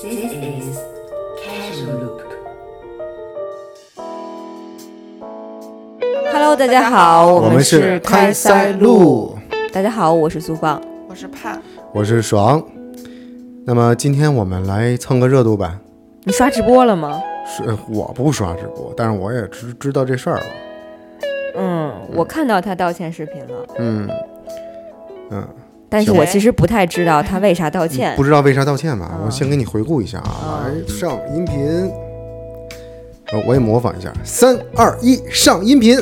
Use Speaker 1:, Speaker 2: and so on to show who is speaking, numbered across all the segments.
Speaker 1: This is Casual Loop.
Speaker 2: Hello，大家好，我
Speaker 3: 们
Speaker 2: 是
Speaker 3: 开
Speaker 2: 塞
Speaker 3: 塞。露，
Speaker 2: 大家好，我是苏放。
Speaker 4: 我是怕
Speaker 3: 我是爽。那么今天我们来蹭个热度吧。
Speaker 2: 你刷直播了吗？
Speaker 3: 是我不刷直播，但是我也知知道这事儿了。
Speaker 2: 嗯，我看到他道歉视频了，
Speaker 3: 嗯嗯，
Speaker 2: 但是
Speaker 4: 谁
Speaker 2: 我其实不太知道他为啥道歉
Speaker 3: 不。知道为啥道歉吧？
Speaker 2: 啊
Speaker 3: 我先给你回顾一下啊，
Speaker 2: 啊
Speaker 3: 来上音频。呃我也模仿一下，三二一，上音频。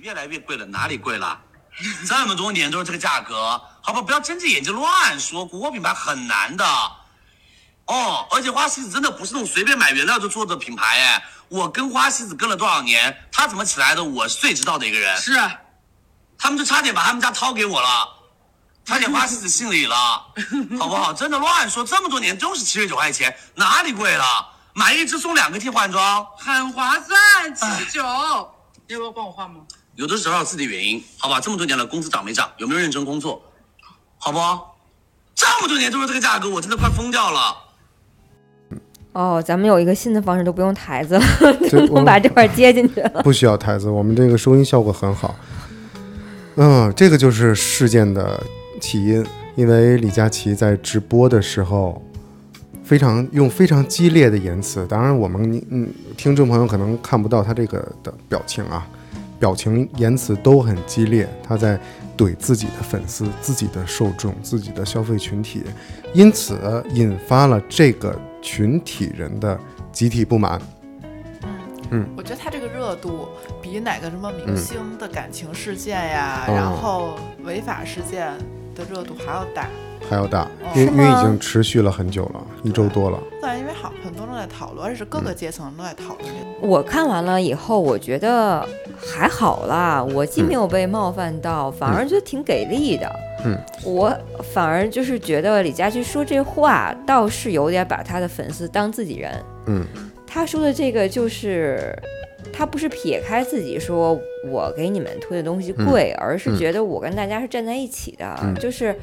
Speaker 5: 越来越贵了，哪里贵了？这么多年都是这个价格，好吧，不要睁着眼睛乱说，国货品牌很难的。哦，而且花西子真的不是那种随便买原料就做的品牌哎，我跟花西子跟了多少年，他怎么起来的，我是最知道的一个人。是，他们就差点把他们家掏给我了，差点花西子姓李了，好不好？真的乱说，这么多年都是七十九块钱，哪里贵了？买一支送两个替换装，
Speaker 4: 很划算，七十九。哎要不要帮我换吗？
Speaker 5: 有的找找自己的原因，好吧？这么多年了，工资涨没涨？有没有认真工作？好不好？这么多年都是这个价格，我真的快疯掉了。
Speaker 2: 哦，咱们有一个新的方式，都不用台子了，
Speaker 3: 对
Speaker 2: 就能把这块接进去了。
Speaker 3: 不需要台子，我们这个收音效果很好。嗯，这个就是事件的起因，因为李佳琦在直播的时候，非常用非常激烈的言辞，当然我们嗯听众朋友可能看不到他这个的表情啊，表情言辞都很激烈，他在怼自己的粉丝、自己的受众、自己的消费群体，因此引发了这个群体人的集体不满。
Speaker 4: 我觉得他这个热度比哪个什么
Speaker 2: 嗯
Speaker 4: 明星的感情事件呀，
Speaker 3: 嗯
Speaker 4: 然后违法事件的热度还要大。
Speaker 3: 还要大，
Speaker 4: 哦
Speaker 3: 因为
Speaker 2: 是
Speaker 3: 因为已
Speaker 2: 吗
Speaker 3: 经持续了很久了，一周多了。
Speaker 4: 我感觉因为好很多人都在讨论，而且是
Speaker 2: 嗯
Speaker 4: 各个阶层都在讨论这个。
Speaker 2: 我看完了以后，我觉得还好啦，我既没有被冒犯到，反而觉得挺给力的。
Speaker 3: 嗯，
Speaker 2: 我反而就是觉得李佳琦说这话，倒是有点把他的粉丝当自己人。
Speaker 3: 嗯，
Speaker 2: 他说的这个就是，他不是撇开自己说我给你们推的东西贵，而是觉得我跟大家是站在一起的，
Speaker 3: 嗯
Speaker 2: 就是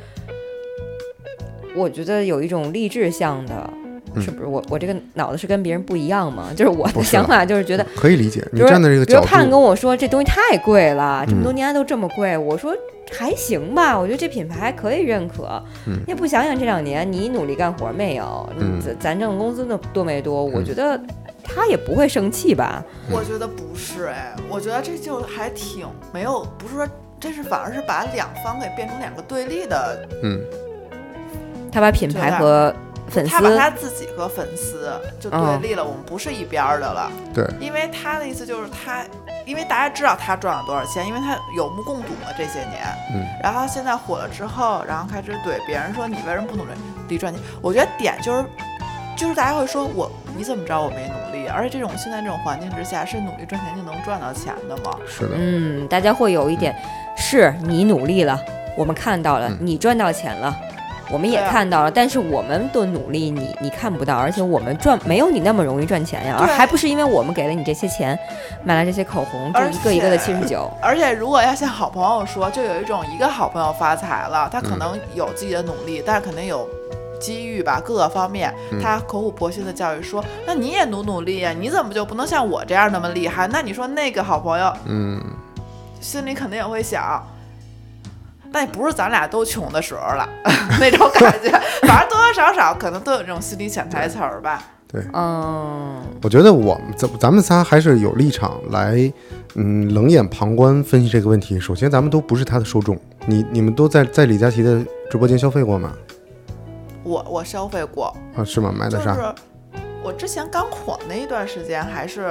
Speaker 2: 我觉得有一种励志向的。
Speaker 3: 嗯
Speaker 2: 是不是我我这个脑子是跟别人不一样吗？就是我
Speaker 3: 不
Speaker 2: 的
Speaker 3: 是啊
Speaker 2: 想法啊就是觉得，
Speaker 3: 可以理解，
Speaker 2: 比
Speaker 3: 你
Speaker 2: 如
Speaker 3: 站在这个
Speaker 2: 比如
Speaker 3: 角
Speaker 2: 盼
Speaker 3: 度，
Speaker 2: 跟我说这东西太贵了，这么多
Speaker 3: 嗯
Speaker 2: 年都这么贵，我说还行吧，我觉得这品牌还可以认可。
Speaker 3: 嗯
Speaker 2: 也不想想这两年你努力干活没有，
Speaker 3: 嗯
Speaker 2: 咱咱挣工资的多没多，我
Speaker 3: 嗯
Speaker 2: 觉得他也不会生气吧。
Speaker 4: 我觉得不是哎，我觉得这就还挺没有，不是说这是反而是把两方给变成两个对立的，
Speaker 3: 嗯，
Speaker 2: 他把品牌
Speaker 4: 对吧
Speaker 2: 和粉丝嗯
Speaker 4: 他把他自己和粉丝就对立了，我们不是一边儿的了。
Speaker 3: 对，
Speaker 4: 因为他的意思就是他，因为大家知道他赚了多少钱，因为他有目共睹嘛这些年。
Speaker 3: 嗯。
Speaker 4: 然后现在火了之后，然后开始怼别人说你为什么不努力赚钱？我觉得点就是，就是大家会说我你怎么知道我没努力？而且这种现在这种环境之下，是努力赚钱就能赚到钱的吗？
Speaker 3: 是的，
Speaker 2: 嗯，大家会有一点，是你努力了，我们看到了，
Speaker 3: 嗯
Speaker 2: 你赚到钱了。我们也
Speaker 4: 对啊
Speaker 2: 看到了，但是我们的努力你你看不到，而且我们赚没有你那么容易赚钱呀，而
Speaker 4: 对啊
Speaker 2: 还不是因为我们给了你这些钱，买了这些口红，这
Speaker 4: 而
Speaker 2: 一个一个的七
Speaker 4: 且
Speaker 2: 十 九，
Speaker 4: 而且如果要向好朋友说，就有一种一个好朋友发财了，他可能有自己的努力，但是肯定有。机遇吧，各个方面，他口吐薄心的教育说：“那你也努努力呀、啊你怎么就不能像我这样那么厉害？”那你说那个好朋友
Speaker 3: 嗯，
Speaker 4: 心里肯定也会想，那也不是咱俩都穷的时候了， 那种感觉，反正多多少少可能都有这种心理潜台词儿吧。
Speaker 2: 嗯，
Speaker 3: 我觉得我们咱咱们仨还是有立场来，嗯，冷眼旁观分析这个问题。首先，咱们都不是他的受众，你你们都在在李佳琦的直播间消费过吗？
Speaker 4: 我我消费过，
Speaker 3: 啊，是吗？买
Speaker 4: 就
Speaker 3: 的啥？
Speaker 4: 是我之前刚火那一段时间还是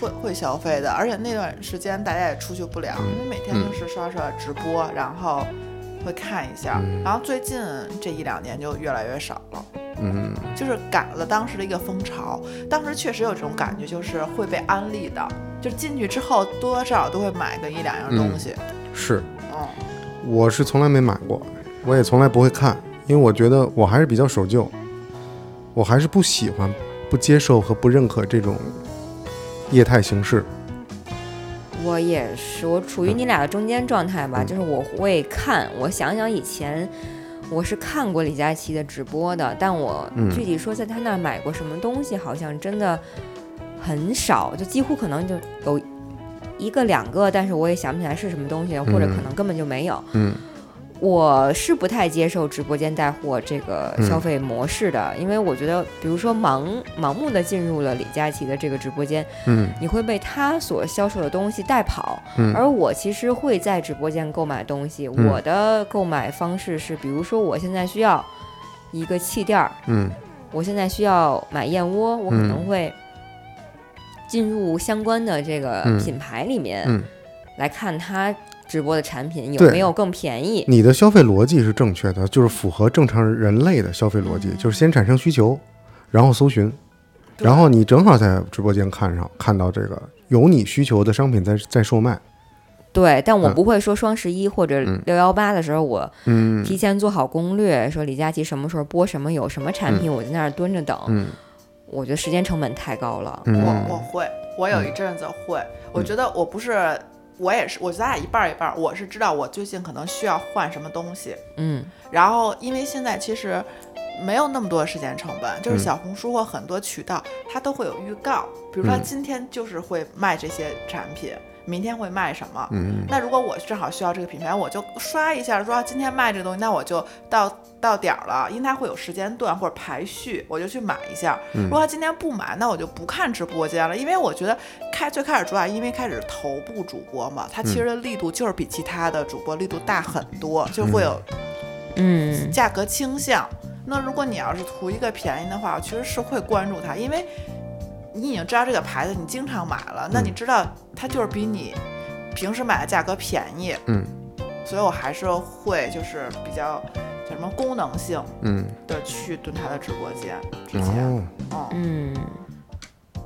Speaker 4: 会会消费的，而且那段时间大家也出去不了，因为每天都是刷刷直播，然后会看一下，然后最近这一两年就越来越少了。
Speaker 3: 嗯
Speaker 4: 就是赶了当时的一个风潮，当时确实有这种感觉，就是会被安利的，就进去之后多多少少都会买个一两样东西，
Speaker 3: 是，
Speaker 4: 嗯，
Speaker 3: 我是从来没买过，我也从来不会看，因为我觉得我还是比较守旧，我还是不喜欢、不接受和不认可这种业态形式。
Speaker 2: 我也是，我处于你俩的中间状态吧，
Speaker 3: 嗯
Speaker 2: 就是我会看，我想想以前我是看过李佳琦的直播的，但我
Speaker 3: 嗯
Speaker 2: 具体说在他那儿买过什么东西，好像真的很少，就几乎可能就有一个两个，但是我也想不起来是什么东西了，或者可能根本就没有。
Speaker 3: 嗯，
Speaker 2: 我是不太接受直播间带货这个消费模式的，因为我觉得，比如说盲盲目的进入了李佳琦的这个直播间，
Speaker 3: 嗯
Speaker 2: 你会被他所销售的东西带跑。
Speaker 3: 嗯
Speaker 2: 而我其实会在直播间购买东西，
Speaker 3: 嗯
Speaker 2: 我的购买方式是，比如说我现在需要一个气垫儿，
Speaker 3: 嗯
Speaker 2: 我现在需要买燕窝，我可
Speaker 3: 嗯
Speaker 2: 能会进入相关的这个
Speaker 3: 嗯
Speaker 2: 品牌里面、
Speaker 3: 嗯，
Speaker 2: 来看他直播的产品有
Speaker 3: 对
Speaker 2: 没有更便宜。
Speaker 3: 你的消费逻辑是正确的，就是符合正常人类的消费逻辑，就是先产生需求，然后搜寻，
Speaker 4: 对
Speaker 3: 然后你正好在直播间看上看到这个有你需求的商品在在售卖，
Speaker 2: 对，但我
Speaker 3: 嗯
Speaker 2: 不会说双十一或者六幺八的时候，我
Speaker 3: 嗯
Speaker 2: 提前做好攻略，说李佳琦什么时候播什么，有什么产品，我在那儿蹲着等。
Speaker 3: 嗯
Speaker 2: 我觉得时间成本太高了。
Speaker 4: 我
Speaker 3: 嗯
Speaker 4: 我会，我有一阵子会，我觉得我不是，我也是，我咱俩一半儿一半儿，我是知道我最近可能需要换什么东西，
Speaker 2: 嗯
Speaker 4: 然后因为现在其实没有那么多时间成本，
Speaker 3: 嗯
Speaker 4: 就是小红书或很多渠道它都会有预告，比如说
Speaker 3: 嗯
Speaker 4: 今天就是会卖这些产品，明天会卖什么。
Speaker 3: 嗯
Speaker 4: 那如果我正好需要这个品牌，我就刷一下，说啊今天卖这个东西，那我就到到点儿了，因为它会有时间段或者排序，我就去买一下。
Speaker 3: 嗯
Speaker 4: 如果他今天不买，那我就不看直播间了，因为我觉得开最开始主打，因为开始头部主播嘛，它
Speaker 3: 嗯
Speaker 4: 其实的力度就是比其他的主播力度大很多，就会有
Speaker 2: 嗯，
Speaker 4: 价格倾向。那如果你要是图一个便宜的话，我其实是会关注它，因为你已经知道这个牌子，你经常买了，
Speaker 3: 嗯
Speaker 4: 那你知道它就是比你平时买的价格便宜，
Speaker 3: 嗯
Speaker 4: 所以我还是会就是比较叫什么功能性
Speaker 3: 嗯
Speaker 4: 的去蹲它的直播间。之前，
Speaker 3: 哦，
Speaker 4: 嗯，
Speaker 2: 嗯，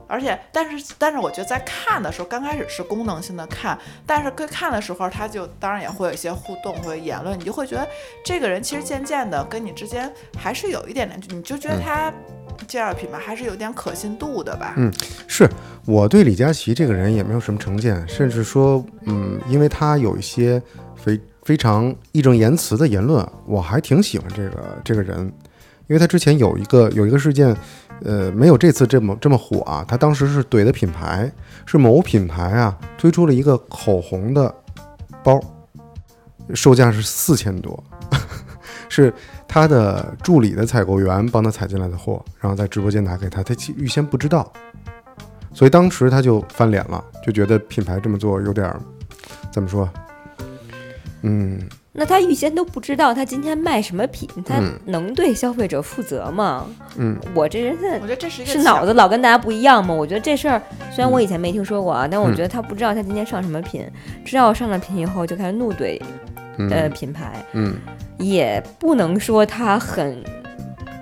Speaker 4: 而且，但是，但是，我觉得在看的时候，刚开始是功能性的看，但是跟看的时候，他就当然也会有一些互动，会有言论，你就会觉得这个人其实渐渐的跟你之间还是有一点点，你就觉得他这样的品牌还是有点可信度的吧。
Speaker 3: 嗯是我对李佳琦这个人也没有什么成见，甚至说，嗯，因为他有一些非非常义正言辞的言论，我还挺喜欢这个这个人，因为他之前有一个有一个事件，呃，没有这次这么这么火啊，他当时是怼的品牌，是某品牌啊推出了一个口红的包，售价是四千多。 是他的助理的采购员帮他采进来的货，然后在直播间拿给他，他其预先不知道，所以当时他就翻脸了，就觉得品牌这么做有点儿怎么说？嗯，
Speaker 2: 那他预先都不知道他今天卖什么品，他
Speaker 3: 嗯
Speaker 2: 能对消费者负责吗？
Speaker 3: 嗯，
Speaker 2: 我这人现
Speaker 4: 我
Speaker 2: 在
Speaker 4: 觉得这是一个
Speaker 2: 是脑子老跟大家不一样吗？我觉得这事儿虽然我以前没听说过啊，但我觉得他不知道他今天上什么品，知道上了品以后就开始怒怼
Speaker 3: 嗯
Speaker 2: 呃品牌，
Speaker 3: 嗯
Speaker 2: 也不能说他很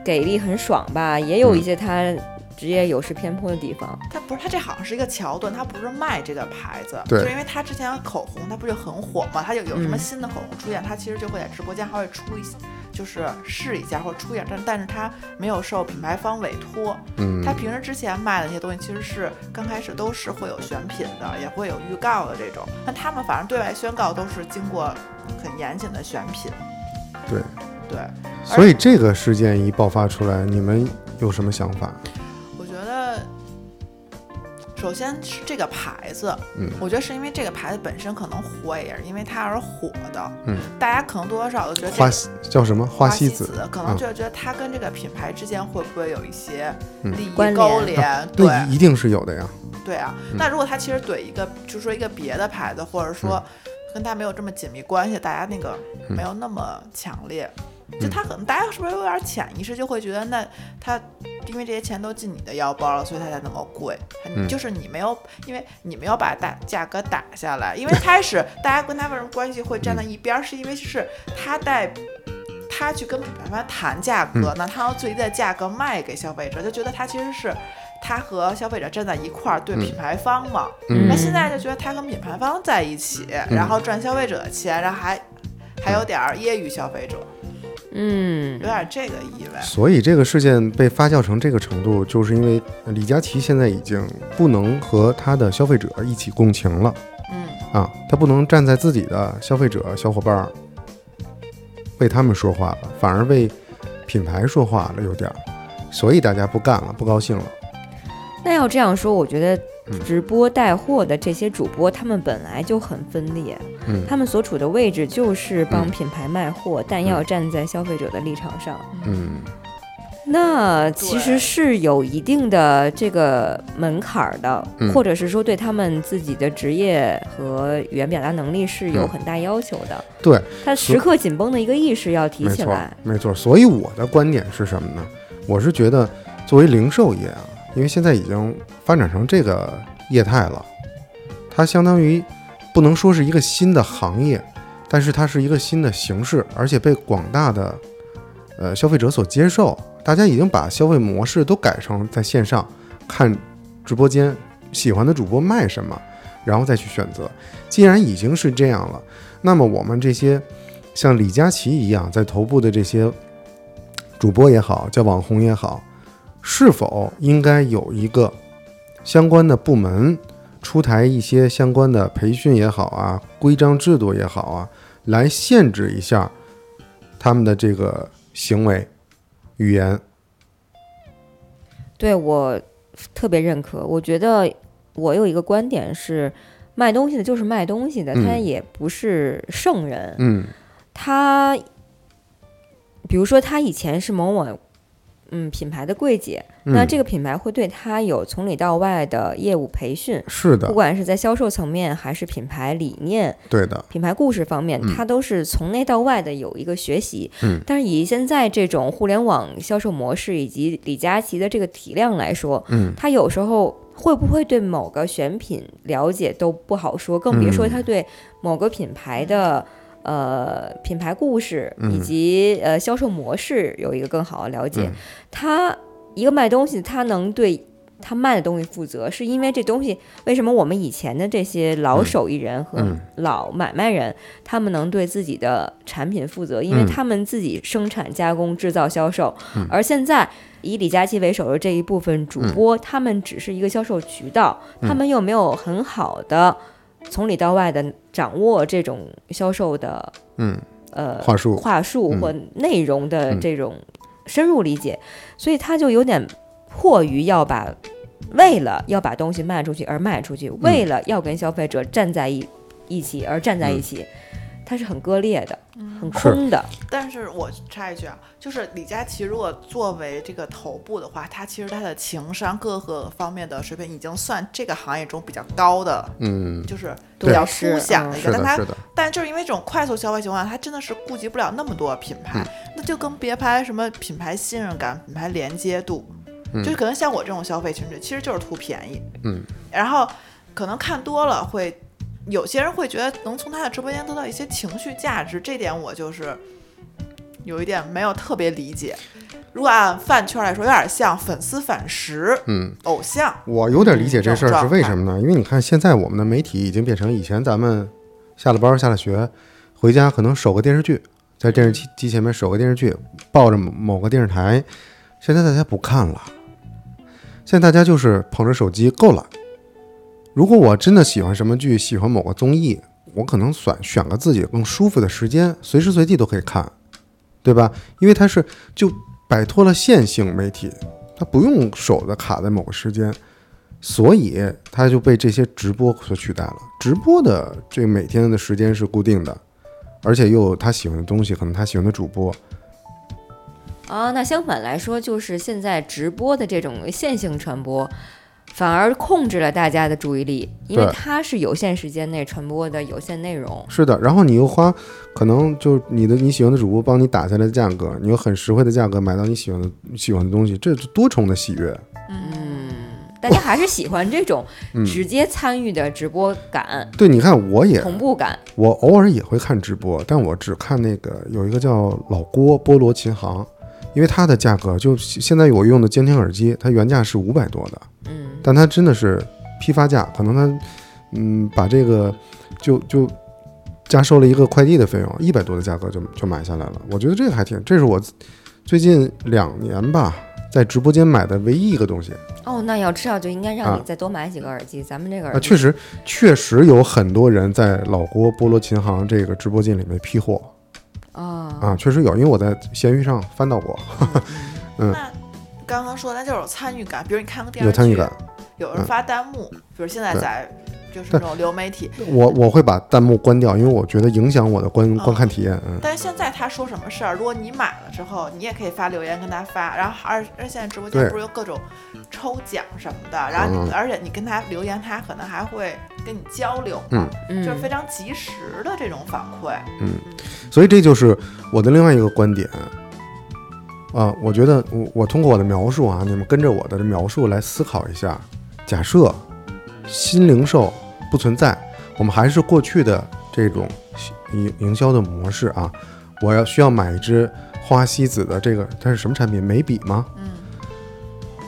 Speaker 2: 给力很爽吧，也
Speaker 3: 嗯
Speaker 2: 有一些他职业有失偏颇的地方。
Speaker 4: 他不是他这好像是一个桥段，他不是卖这个牌子，
Speaker 3: 对
Speaker 4: 就是因为他之前口红，他不就很火嘛，他就有什么
Speaker 2: 嗯
Speaker 4: 新的口红出现，他其实就会在直播间还会出一些，就是试一下或者出一下，但但是他没有受品牌方委托，
Speaker 3: 嗯
Speaker 4: 他平时之前卖的那些东西其实是刚开始都是会有选品的，也会有预告的这种，那他们反正对外宣告都是经过很严谨的选品，
Speaker 3: 对，
Speaker 4: 对，
Speaker 3: 所以这个事件一爆发出来，你们有什么想法？
Speaker 4: 我觉得，首先是这个牌子，
Speaker 3: 嗯
Speaker 4: 我觉得是因为这个牌子本身可能火，也是因为它而火的，
Speaker 3: 嗯，
Speaker 4: 大家可能多多少少都觉得这
Speaker 3: 花
Speaker 4: 个
Speaker 3: 西叫什么？花西
Speaker 4: 西
Speaker 3: 子？
Speaker 4: 可能就是觉得它跟这个品牌之间会不会有一些
Speaker 3: 嗯啊
Speaker 4: 利益
Speaker 2: 关
Speaker 4: 勾
Speaker 2: 联
Speaker 4: 连？对
Speaker 3: 那一定是有的呀。
Speaker 4: 对啊，
Speaker 3: 嗯
Speaker 4: 那如果它其实怼一个，就说一个别的牌子，或者说
Speaker 3: 嗯
Speaker 4: 跟它没有这么紧密关系，大家那个没有那么强烈。
Speaker 3: 嗯
Speaker 4: 就他可能，大家是不是有点潜意识就会觉得，那他因为这些钱都进你的腰包了，所以它才那么贵。
Speaker 3: 嗯
Speaker 4: 就是你没有，因为你没有把大价格打下来。因为开始大家跟他为什么关系会站
Speaker 3: 嗯
Speaker 4: 在一边儿，是因为是他带他去跟品牌方谈价
Speaker 3: 嗯
Speaker 4: 格，那他用最低的价格卖给消费者，就觉得他其实是他和消费者站在一块儿对品牌方嘛。
Speaker 3: 嗯
Speaker 4: 那现在就觉得他跟品牌方在一起，然后赚消费者的钱，然后还还
Speaker 3: 嗯
Speaker 4: 有点儿揶揄消费者，
Speaker 2: 嗯
Speaker 4: 有点儿这个意味。
Speaker 3: 所以这个事件被发酵成这个程度，就是因为李佳琦现在已经不能和他的消费者一起共情了。
Speaker 4: 嗯，
Speaker 3: 啊，他不能站在自己的消费者小伙伴儿为他们说话了，反而为品牌说话了，有点儿，所以大家不干了，不高兴了。
Speaker 2: 那要这样说，我觉得
Speaker 3: 嗯
Speaker 2: 直播带货的这些主播，他们本来就很分裂，
Speaker 3: 嗯
Speaker 2: 他们所处的位置就是帮
Speaker 3: 嗯
Speaker 2: 品牌卖货，但要站在消费者的立场上。
Speaker 3: 嗯，
Speaker 2: 那其实
Speaker 4: 对
Speaker 2: 是有一定的这个门槛儿的，
Speaker 3: 嗯
Speaker 2: 或者是说对他们自己的职业和语言表达能力是有
Speaker 3: 嗯
Speaker 2: 很大要求的。
Speaker 3: 对，
Speaker 2: 他时刻紧绷的一个意识要提
Speaker 3: 没
Speaker 2: 起
Speaker 3: 错
Speaker 2: 来。，
Speaker 3: 没错。所以我的观点是什么呢？我是觉得，作为零售业啊，因为现在已经发展成这个业态了，它相当于不能说是一个新的行业，但是它是一个新的形式，而且被广大的呃消费者所接受。大家已经把消费模式都改成在线上看直播间喜欢的主播卖什么，然后再去选择。既然已经是这样了，那么我们这些像李佳琦一样在头部的这些主播也好，叫网红也好，是否应该有一个相关的部门出台一些相关的培训也好啊，规章制度也好啊，来限制一下他们的这个行为、语言？
Speaker 2: 对我特别认可。我觉得我有一个观点是，卖东西的就是卖东西的，
Speaker 3: 嗯
Speaker 2: 他也不是圣人。
Speaker 3: 嗯
Speaker 2: 他比如说他以前是某某嗯品牌的柜姐，那
Speaker 3: 嗯
Speaker 2: 这个品牌会对他有从里到外的业务培训，
Speaker 3: 是
Speaker 2: 不
Speaker 3: 的，
Speaker 2: 管是在销售层面还是品牌理念、
Speaker 3: 对的，
Speaker 2: 品牌故事方面，
Speaker 3: 嗯
Speaker 2: 它都是从内到外的有一个学习。
Speaker 3: 嗯
Speaker 2: 但是以现在这种互联网销售模式以及李佳琦的这个体量来说，
Speaker 3: 嗯
Speaker 2: 他有时候会不会对某个选品了解都不好说，更别说
Speaker 3: 嗯
Speaker 2: 他对某个品牌的。呃，品牌故事以
Speaker 3: 嗯
Speaker 2: 及、呃销售模式有一个更好的了解。
Speaker 3: 嗯
Speaker 2: 他一个卖东西，他能对他卖的东西负责，是因为这东西为什么我们以前的这些老手艺人和
Speaker 3: 嗯
Speaker 2: 老买卖人，他们能对自己的产品负责，因为
Speaker 3: 嗯
Speaker 2: 他们自己生产、加工、制造、销售，而现在。以李佳琦为首的这一部分主
Speaker 3: 嗯
Speaker 2: 播，他们只是一个销售渠道，他们又没有很好的从里到外的掌握这种销售的
Speaker 3: 嗯，
Speaker 2: 呃
Speaker 3: 话术
Speaker 2: 话术
Speaker 3: 嗯
Speaker 2: 或内容的
Speaker 3: 嗯
Speaker 2: 这种深入理解，所以他就有点迫于要把为了要把东西卖出去而卖出去，
Speaker 3: 嗯
Speaker 2: 为了要跟消费者站在一一起而站在一起，它是很割裂的，很
Speaker 3: 嗯是
Speaker 2: 空的。
Speaker 4: 但是我插一句啊，就是李佳琦如果作为这个头部的话，他其实他的情商各个方面的水平已经算这个行业中比较高的，
Speaker 3: 嗯，
Speaker 4: 就是比
Speaker 2: 对
Speaker 4: 较
Speaker 2: 是嗯
Speaker 4: 凸显的一
Speaker 3: 是
Speaker 4: 个。但
Speaker 3: 的，
Speaker 4: 他
Speaker 3: 是的，
Speaker 4: 但就是因为这种快速消费情况下，他真的是顾及不了那么多品
Speaker 3: 嗯
Speaker 4: 牌，那就更别拍什么品牌信任感、品牌连接度。就是可能像我这种消费群体，其实就是图便宜。
Speaker 3: 嗯，
Speaker 4: 然后可能看多了会，有些人会觉得能从他的直播间得到一些情绪价值，这点我就是有一点没有特别理解。如果按饭圈来说，有点像粉丝反食，
Speaker 3: 嗯。
Speaker 4: 偶像。
Speaker 3: 我有点理解这事儿是为什么呢？因为你看，现在我们的媒体已经变成以前咱们下了班、下了学，回家可能守个电视剧，在电视机前面守个电视剧，抱着某某个电视台。现在大家不看了，现在大家就是捧着手机够了。如果我真的喜欢什么剧，喜欢某个综艺，我可能选选个自己更舒服的时间，随时随地都可以看，对吧？因为它是就摆脱了线性媒体，它不用守着卡在某个时间。所以它就被这些直播所取代了。直播的这每天的时间是固定的，而且又有他喜欢的东西，可能他喜欢的主播。
Speaker 2: 啊，那相反来说，就是现在直播的这种线性传播，反而控制了大家的注意力，因为
Speaker 3: 对
Speaker 2: 它是有限时间内传播的有限内容。
Speaker 3: 是的，然后你又花，可能就你的你喜欢的主播帮你打下来的价格，你用很实惠的价格买到你喜欢的喜欢的东西，这是多重的喜悦。
Speaker 2: 大家还是喜欢这种
Speaker 3: 嗯
Speaker 2: 直接参与的直播感、
Speaker 3: 对，你看我也
Speaker 2: 同步感。
Speaker 3: 我偶尔也会看直播，但我只看那个有一个叫老郭菠萝琴行，因为它的价格就现在我用的监听耳机，它原价是五百多的，嗯，但它真的是批发价，可能它嗯把这个嗯就就加收了一个快递的费用，一百多的价格就就买下来了。我觉得这个还挺，这是我最近两年吧在直播间买的唯一一个东西
Speaker 2: 哦，那要知道就应该让
Speaker 3: 啊
Speaker 2: 你再多买几个耳机。咱们这个
Speaker 3: 啊，
Speaker 2: 耳机
Speaker 3: 确实确实有很多人在老郭菠萝琴行这个直播间里面批货。
Speaker 2: 啊，
Speaker 3: 啊，确实有，因为我在闲鱼上翻到过，嗯
Speaker 4: 那刚刚说那就是有参与感，比如你看个电视
Speaker 3: 有
Speaker 4: 剧，
Speaker 3: 参与感。嗯
Speaker 4: 有人发弹幕，比如现在
Speaker 3: 对
Speaker 4: 在就是那种流媒体，
Speaker 3: 我我会把弹幕关掉，因为我觉得影响我的观
Speaker 4: 啊
Speaker 3: 观看体验。嗯，
Speaker 4: 但是现在他说什么事儿，如果你买了之后，你也可以发留言跟他发。然后而而现在直播间
Speaker 3: 对
Speaker 4: 不是有各种抽奖什么的，然后你、
Speaker 3: 嗯
Speaker 4: 而且你跟他留言，他可能还会跟你交流嘛，
Speaker 3: 嗯
Speaker 4: 就是
Speaker 2: 嗯
Speaker 4: 非常及时的这种反馈。
Speaker 3: 所以这就是我的另外一个观点。啊，我觉得我我通过我的描述啊，你们跟着我的描述来思考一下。假设新零售不存在，我们还是过去的这种营营销的模式啊。我要需要买一支花西子的这个，它是什么产品？眉笔吗？
Speaker 4: 嗯，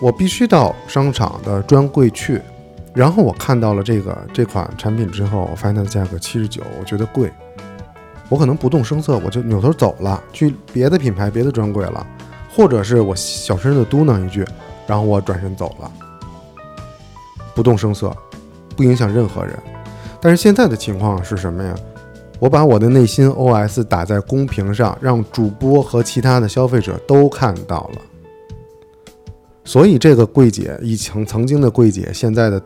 Speaker 3: 我必须到商场的专柜去，然后我看到了这个这款产品之后，我发现它的价格七十九，我觉得贵，我可能不动声色，我就扭头走了，去别的品牌、别的专柜了，或者是我小声的嘟囔一句，然后我转身走了，不动声色，不影响任何人。但是现在的情况是什么呀？我把我的内心 OS 打在公屏上，让主播和其他的消费者都看到了。所以这个柜姐，以前曾经的柜姐，现在的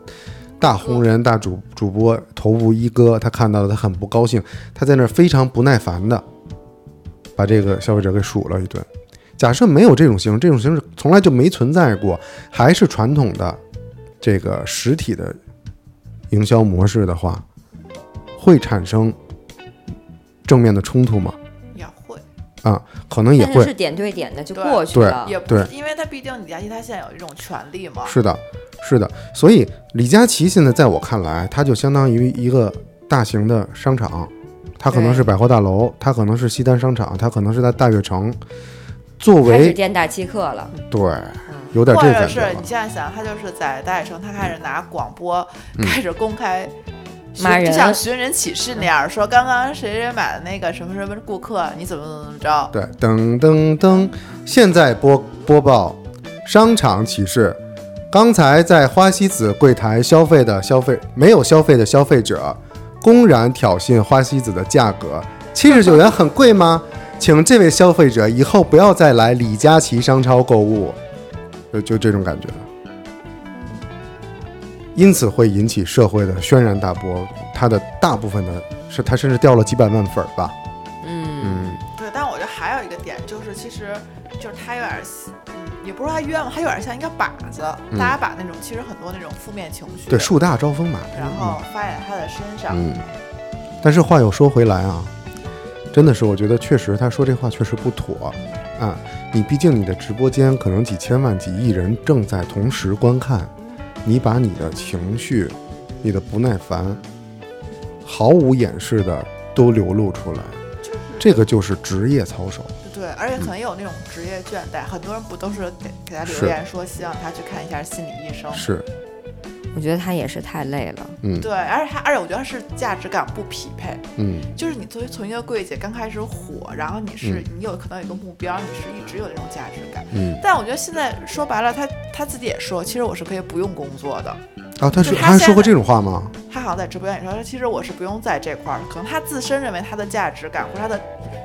Speaker 3: 大红人、大主主播头部一哥，他看到了，他很不高兴，他在那儿非常不耐烦的把这个消费者给数了一顿。假设没有这种形式，这种形式从来就没存在过，还是传统的这个实体的营销模式的话，会产生正面的冲突吗？
Speaker 4: 也会，
Speaker 3: 啊，可能也
Speaker 2: 但是
Speaker 3: 会
Speaker 2: 是。点对点的就
Speaker 4: 对
Speaker 2: 过去
Speaker 3: 对
Speaker 2: 了，
Speaker 4: 也不是，
Speaker 3: 对
Speaker 4: 因为他毕竟李佳琦他现在有一种权利嘛。
Speaker 3: 是的，是的。所以李佳琦现在在我看来，它就相当于一个大型的商场，它可能是百货大楼，它可能是西单商场，它可能是在大悦城。作
Speaker 2: 开始
Speaker 3: 为
Speaker 2: 店大欺客了，
Speaker 3: 对，有点
Speaker 4: 或
Speaker 3: 这个
Speaker 4: 者
Speaker 3: 感觉
Speaker 4: 是
Speaker 3: 了
Speaker 4: 你。现在想，他就是在大学生，他开始拿广播、
Speaker 3: 嗯
Speaker 4: 开始公开 寻
Speaker 2: 骂人
Speaker 4: 就像寻人启事那样说，刚刚谁谁买的那个什么什么顾客，你怎么怎么怎么着？
Speaker 3: 对，噔噔噔，现在播播报商场启事。刚才在花西子柜台消费的消费没有消费的消费者，公然挑衅花西子的价格，七十九元很贵吗？ 请这位消费者以后不要再来李佳琦商超购物，就就这种感觉，因此会引起社会的轩然大波。它的大部分的是，它甚至掉了几百万粉儿吧。嗯
Speaker 4: 对，但我觉得还有一个点就是，其实就是他有点儿像，嗯，也不是说他冤枉，他有点像一个靶子，大家把那种其实很多那种负面情绪，
Speaker 3: 嗯对，树大招风嘛。
Speaker 4: 然后发在他的身上。
Speaker 3: 嗯，但是话又说回来啊，真的是我觉得确实他说这话确实不妥啊。你毕竟你的直播间可能几千万、几亿人正在同时观看，你把你的情绪、你的不耐烦，毫无掩饰的都流露出来，这个就是职业操守。
Speaker 4: 对，而且可能也有那种职业倦怠，很多人不都是给给他留
Speaker 3: 是
Speaker 4: 言说希望他去看一下心理医生。
Speaker 3: 是，
Speaker 2: 我觉得他也是太累了，
Speaker 4: 对，而且他，而且我觉得是价值感不匹配，
Speaker 3: 嗯，
Speaker 4: 就是你作为从一个柜姐刚开始火，然后你是、你有可能有一个目标，你是一直有这种价值感。
Speaker 3: 嗯，
Speaker 4: 但我觉得现在说白了，他他自己也说，其实我是可以不用工作的。
Speaker 3: 啊，他
Speaker 4: 就
Speaker 3: 说
Speaker 4: 他
Speaker 3: 还
Speaker 4: 现
Speaker 3: 说过
Speaker 4: 在
Speaker 3: 这种话吗？
Speaker 4: 他好像在直播间里说，其实我是不用在这块儿，可能他自身认为他的价值感或者他的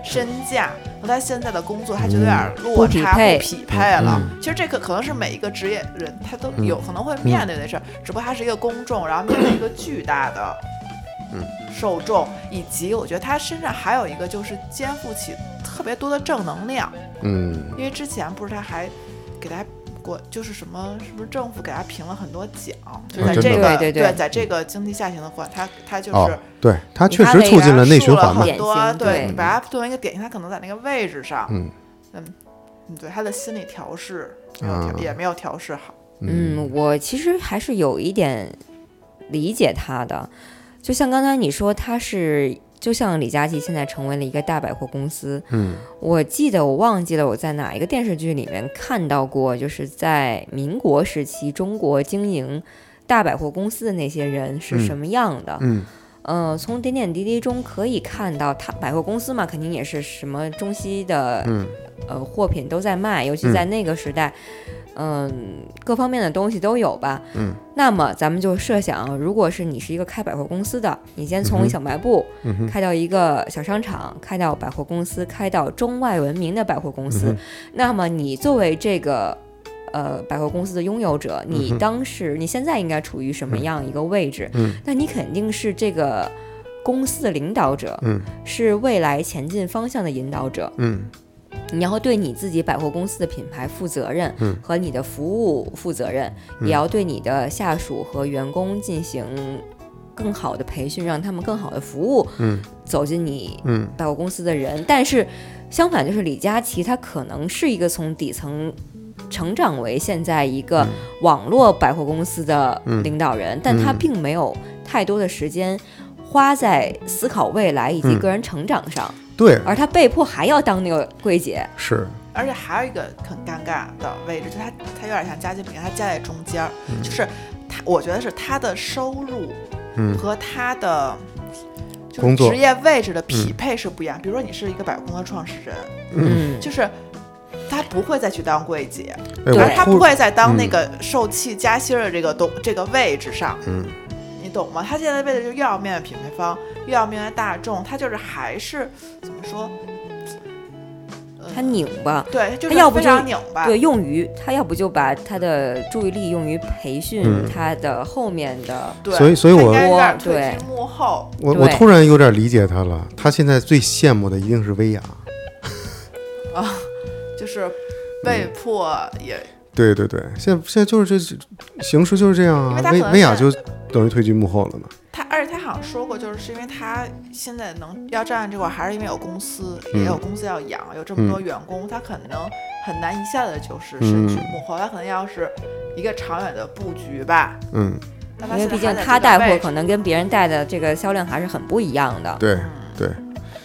Speaker 4: 身价和他现在的工作，他觉得有点落差
Speaker 2: 不匹配嗯
Speaker 4: 不匹配了。其实这个可能是每一个职业人他都有可能会面对的事儿，只不过他是一个公众，然后面对一个巨大的
Speaker 2: 嗯
Speaker 4: 受众，以及我觉得他身上还有一个就是肩负起特别多的正能量，
Speaker 3: 嗯
Speaker 4: 因为之前不是他还给他国就是什么是不是政府给他评了很多奖，就
Speaker 3: 啊
Speaker 4: 在
Speaker 3: 真的
Speaker 4: 这
Speaker 2: 吗
Speaker 4: 个
Speaker 2: 对对对
Speaker 4: 在这个经济下行的环，他他就
Speaker 3: 哦
Speaker 4: 是，
Speaker 3: 对他
Speaker 2: 你
Speaker 3: 确
Speaker 2: 看
Speaker 3: 实
Speaker 2: 那
Speaker 3: 促
Speaker 2: 个
Speaker 3: 进了内
Speaker 4: 树
Speaker 3: 循
Speaker 4: 了
Speaker 3: 环嘛。
Speaker 4: 很多，
Speaker 2: 典型
Speaker 4: 对，
Speaker 2: 对
Speaker 4: 你把它作为一个典型，他可能在那个位置上，
Speaker 3: 嗯
Speaker 4: 嗯嗯，对他的心理调试没有
Speaker 3: 啊
Speaker 4: 调、也没有调试好，
Speaker 2: 嗯，我其实还是有一点理解他的，就像刚才你说，他是就像李佳琦现在成为了一个大百货公司，
Speaker 3: 嗯，
Speaker 2: 我记得我忘记了我在哪一个电视剧里面看到过，就是在民国时期中国经营大百货公司的那些人是什么样的，
Speaker 3: 嗯
Speaker 2: 呃，从点点滴滴中可以看到，它百货公司嘛，肯定也是什么中西的，
Speaker 3: 嗯
Speaker 2: 呃，货品都在卖，尤其在那个时代，嗯、各方面的东西都有吧。
Speaker 3: 嗯。
Speaker 2: 那么咱们就设想，如果是你是一个开百货公司的，你先从小卖部、
Speaker 3: 嗯哼
Speaker 2: 开到一个小商场，开到百货公司，开到中外闻名的百货公司，
Speaker 3: 嗯哼
Speaker 2: 那么你作为这个。呃，百货公司的拥有者，你当时、你现在应该处于什么样一个位置？
Speaker 3: 嗯
Speaker 2: 那你肯定是这个公司的领导者，
Speaker 3: 嗯
Speaker 2: 是未来前进方向的引导者。
Speaker 3: 嗯
Speaker 2: 你要对你自己百货公司的品牌负责任，
Speaker 3: 嗯
Speaker 2: 和你的服务负责任，也要对你的下属和员工进行更好的培训，让他们更好的服务，
Speaker 3: 嗯
Speaker 2: 走进你
Speaker 3: 嗯
Speaker 2: 百货公司的人。但是相反，就是李佳琦，他可能是一个从底层。成长为现在一
Speaker 3: 嗯
Speaker 2: 个网络百货公司的领导人，但
Speaker 3: 嗯
Speaker 2: 他并没有太多的时间花在思考未来以及
Speaker 3: 嗯
Speaker 2: 个人成长上，
Speaker 3: 对，
Speaker 2: 而他被迫还要当那个柜姐，
Speaker 3: 是，
Speaker 4: 而且还有一个很尴尬的位置，就是他他有点像家境饼，他夹在中间儿，就是他，我觉得是他的收入
Speaker 3: 嗯
Speaker 4: 和他的就是
Speaker 3: 工作
Speaker 4: 职业位置的匹配是不一样。比如说你是一个百货公司创始人，
Speaker 2: 嗯，
Speaker 4: 就是。他不会再去当柜姐，
Speaker 3: 哎，
Speaker 2: 对
Speaker 4: 而
Speaker 3: 我嗯
Speaker 4: 他
Speaker 3: 突
Speaker 4: 不会再当那个受气夹心儿的这个东、这个位置上，
Speaker 3: 嗯
Speaker 4: 你懂吗？他现在为的就又要面对品牌方，又要面对大众，他就是还是怎么说？呃
Speaker 2: 他拧巴。
Speaker 4: 对，就
Speaker 2: 他
Speaker 4: 是
Speaker 2: 要不
Speaker 4: 非
Speaker 2: 就
Speaker 4: 常拧巴，
Speaker 2: 对，用于他要不就把他的注意力用于培训
Speaker 3: 嗯
Speaker 2: 他的后面的，
Speaker 4: 对，
Speaker 3: 所以所以
Speaker 4: 他应
Speaker 3: 我
Speaker 4: 该有点
Speaker 2: 我
Speaker 4: 退
Speaker 2: 对
Speaker 4: 居幕后，
Speaker 3: 我我
Speaker 2: 对
Speaker 3: 突然有点理解他了，他现在最羡慕的一定是薇娅。嗯
Speaker 4: 就是被迫也，
Speaker 3: 对对对，现在现在就是这形势就是这样
Speaker 4: 因
Speaker 3: 啊
Speaker 4: 为，他
Speaker 3: 薇
Speaker 4: 可能
Speaker 3: 薇娅
Speaker 4: 是
Speaker 3: 就等于退居幕后了嘛。
Speaker 4: 他而且他好像说过，就是是因为他现在能要站在这块儿，还是因为有公司，也
Speaker 3: 嗯
Speaker 4: 有公司要养，有这么多员工，他可能很难一下子就是身居
Speaker 3: 嗯
Speaker 4: 幕后，他可能要是一个长远的布局吧。
Speaker 3: 嗯，
Speaker 4: 那
Speaker 2: 因
Speaker 4: 他
Speaker 2: 为
Speaker 4: 现在
Speaker 2: 毕竟他
Speaker 4: 还在这个
Speaker 2: 带
Speaker 4: 位
Speaker 2: 货
Speaker 4: 置
Speaker 2: 可能跟别人带的这个销量还是很不一样的，
Speaker 3: 对
Speaker 4: 嗯
Speaker 3: 对，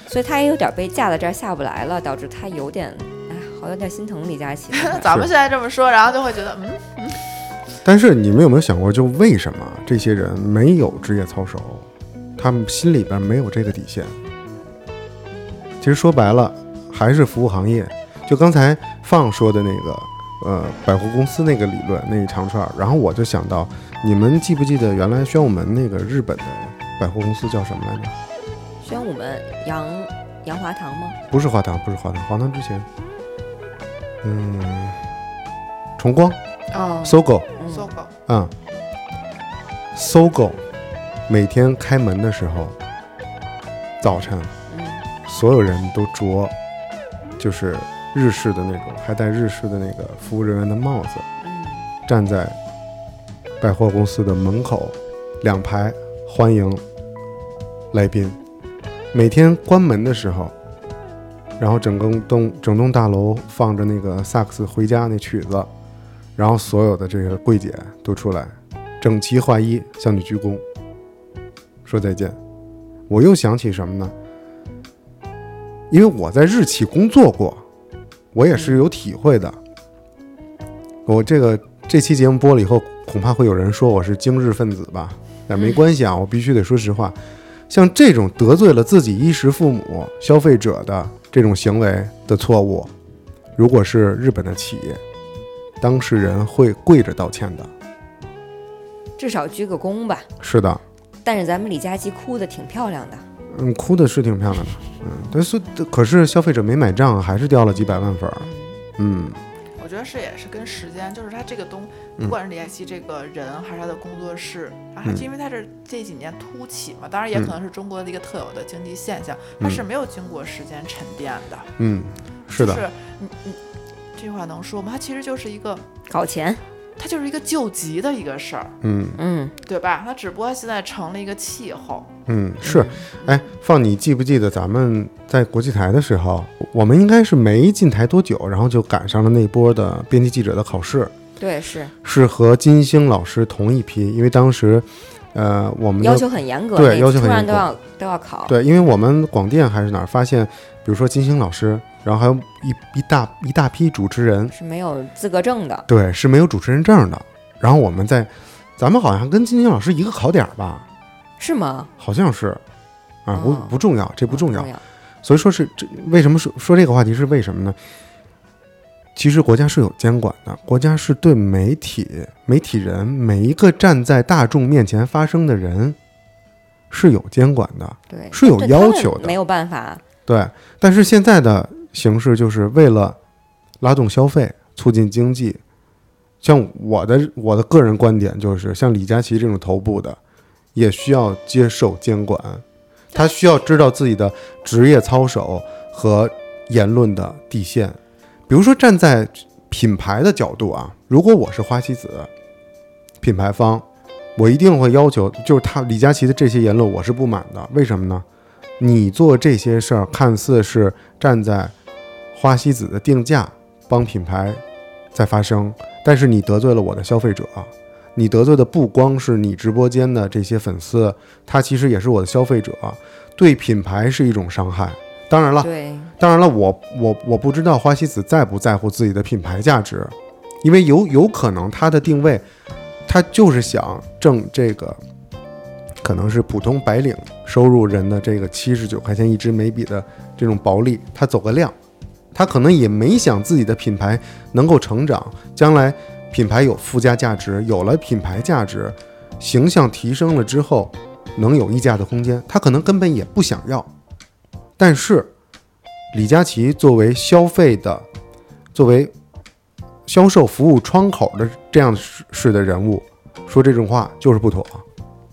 Speaker 2: 所以他也有点被架在这儿下不来了，导致他有点，哎，好有点心疼李佳琦了。
Speaker 4: 那咱们现在这么说，然后就会觉得，嗯，
Speaker 3: 但是你们有没有想过，就为什么这些人没有职业操守，他们心里边没有这个底线？其实说白了，还是服务行业。就刚才放说的那个，呃，百货公司那个理论那一长串儿，然后我就想到，你们记不记得原来宣武门那个日本的百货公司叫什么来着？
Speaker 2: 宣武门杨杨华堂吗？
Speaker 3: 不是华堂，不是华堂，华堂之前，嗯，崇光、
Speaker 2: 哦
Speaker 3: SOGO
Speaker 4: 搜狗
Speaker 3: 啊、搜 s o g o 每天开门的时候，早晨
Speaker 2: 嗯
Speaker 3: 所有人都着就是日式的那种，还戴日式的那个服务人员的帽子，
Speaker 2: 嗯，
Speaker 3: 站在百货公司的门口两排欢迎来宾。每天关门的时候，然后整个栋整栋大楼放着那个萨克斯回家那曲子，然后所有的这个柜姐都出来，整齐划一向你鞠躬，说再见。我又想起什么呢？因为我在日企工作过，我也是有体会的。我这个这期节目播了以后，恐怕会有人说我是精日分子吧，但没关系啊，我必须得说实话。像这种得罪了自己衣食父母、消费者的这种行为的错误，如果是日本的企业，当事人会跪着道歉的。
Speaker 2: 至少鞠个躬吧。嗯
Speaker 3: 是的，
Speaker 2: 但是咱们李佳琦哭的挺漂亮的，
Speaker 3: 嗯，哭的是挺漂亮的，嗯，但是可是消费者没买账，还是掉了几百万粉儿，嗯
Speaker 4: 我觉得是也是跟时间，就是他这个东，不管是李佳琦这个人，还是他的工作室，然
Speaker 3: 嗯
Speaker 4: 后他因为他是这几年突起嘛，当然也可能是中国的一个特有的经济现象，他是没有经过时间沉淀的。
Speaker 3: 嗯，是
Speaker 4: 就
Speaker 3: 的，
Speaker 4: 是你你这句话能说吗？它其实就是一个，
Speaker 2: 搞钱，
Speaker 4: 它就是一个救急的一个事儿，
Speaker 3: 嗯
Speaker 2: 嗯，
Speaker 4: 对吧？它只不过现在成了一个气候。
Speaker 3: 嗯是，哎，放你记不记得咱们在国际台的时候，我们应该是没进台多久，然后就赶上了那波的编辑记者的考试，
Speaker 2: 对，是
Speaker 3: 是和金星老师同一批，因为当时，呃，我们的
Speaker 2: 要求很严格，
Speaker 3: 对
Speaker 2: 每次
Speaker 3: 要求很
Speaker 2: 突然
Speaker 3: 严
Speaker 2: 都
Speaker 3: 格
Speaker 2: 要都要考，
Speaker 3: 对，因为我们广电还是哪儿发现，比如说金星老师，然后还有一一大一大批主持人，
Speaker 2: 是没有资格证的，
Speaker 3: 对，是没有主持人证的。然后我们在，咱们好像跟金星老师一个考点儿吧，
Speaker 2: 是吗？
Speaker 3: 好像是，啊，不
Speaker 2: 哦
Speaker 3: 不重要，这不重要
Speaker 2: 重。要，
Speaker 3: 所以说是这为什么说说这个话题是为什么呢？其实国家是有监管的，国家是对媒体、媒体人每一个站在大众面前发声的人是有监管的，
Speaker 2: 对，
Speaker 3: 是有
Speaker 2: 对
Speaker 3: 要
Speaker 2: 他们
Speaker 3: 求的
Speaker 2: 没有办法，
Speaker 3: 对。但是现在的形式就是为了拉动消费、促进经济。像我的我的个人观点就是，像李佳琦这种头部的，也需要接受监管，他需要知道自己的职业操守和言论的底线。比如说，站在品牌的角度啊，如果我是花西子，品牌方，我一定会要求，就是他李佳琦的这些言论我是不满的。为什么呢？你做这些事儿，看似是站在花西子的定价帮品牌在发声，但是你得罪了我的消费者，你得罪的不光是你直播间的这些粉丝，他其实也是我的消费者，对品牌是一种伤害。当然了，
Speaker 2: 对，
Speaker 3: 当然了，我我我不知道花西子在不在乎自己的品牌价值，因为有有可能她的定位，她就是想挣这个，可能是普通白领收入人的这个七十九块钱一支眉笔的这种薄利，她走个量，她可能也没想自己的品牌能够成长，将来品牌有附加价值，有了品牌价值，形象提升了之后，能有溢价的空间，她可能根本也不想要，但是。李佳琦作为消费的、作为销售服务窗口的这样式的人物，说这种话就是不妥。啊